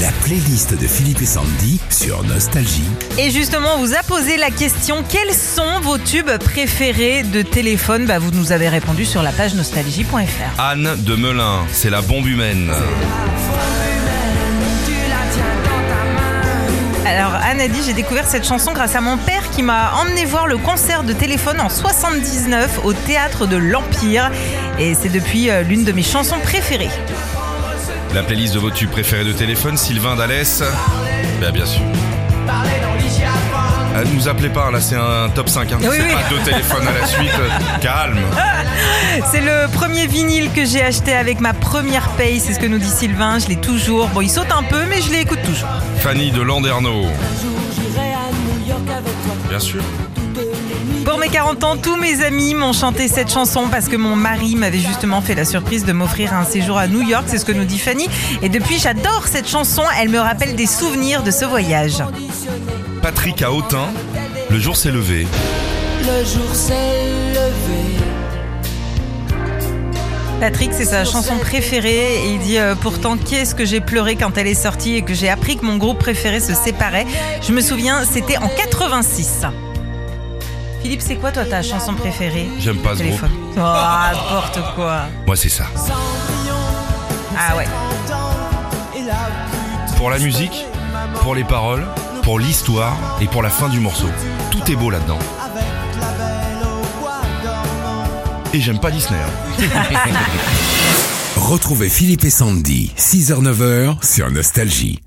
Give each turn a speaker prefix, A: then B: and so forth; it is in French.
A: La playlist de Philippe et Sandy sur Nostalgie.
B: Et justement, on vous a posé la question quels sont vos tubes préférés de téléphone bah, Vous nous avez répondu sur la page nostalgie.fr.
C: Anne de Melun, c'est la bombe humaine.
B: Alors, Anne a dit J'ai découvert cette chanson grâce à mon père qui m'a emmené voir le concert de téléphone en 79 au théâtre de l'Empire. Et c'est depuis euh, l'une de mes chansons préférées.
C: La playlist de vos tubes préférés de téléphone, Sylvain Dallès. Bah, bien sûr. Ah, nous appelez pas, là c'est un top 5. Hein.
B: Oui,
C: c'est
B: oui.
C: pas deux téléphones à la suite. Calme.
B: C'est le premier vinyle que j'ai acheté avec ma première paye, c'est ce que nous dit Sylvain. Je l'ai toujours. Bon, il saute un peu, mais je l'écoute toujours.
C: Fanny de Landerneau. Bien sûr.
B: Pour mes 40 ans, tous mes amis m'ont chanté cette chanson parce que mon mari m'avait justement fait la surprise de m'offrir un séjour à New York, c'est ce que nous dit Fanny. Et depuis, j'adore cette chanson, elle me rappelle des souvenirs de ce voyage.
C: Patrick à Autun, le jour s'est levé.
D: Le jour s'est levé.
B: Patrick, c'est sa chanson préférée et il dit euh, pourtant qu'est-ce que j'ai pleuré quand elle est sortie et que j'ai appris que mon groupe préféré se séparait. Je me souviens, c'était en 86. Philippe, c'est quoi toi ta chanson préférée
C: J'aime pas ce
B: Téléphone. Oh, n'importe quoi.
C: Moi c'est ça.
B: Ah ouais.
C: Pour la musique, pour les paroles, pour l'histoire et pour la fin du morceau. Tout est beau là-dedans. Et j'aime pas Disney. hein.
A: Retrouvez Philippe et Sandy, 6h-9h sur Nostalgie.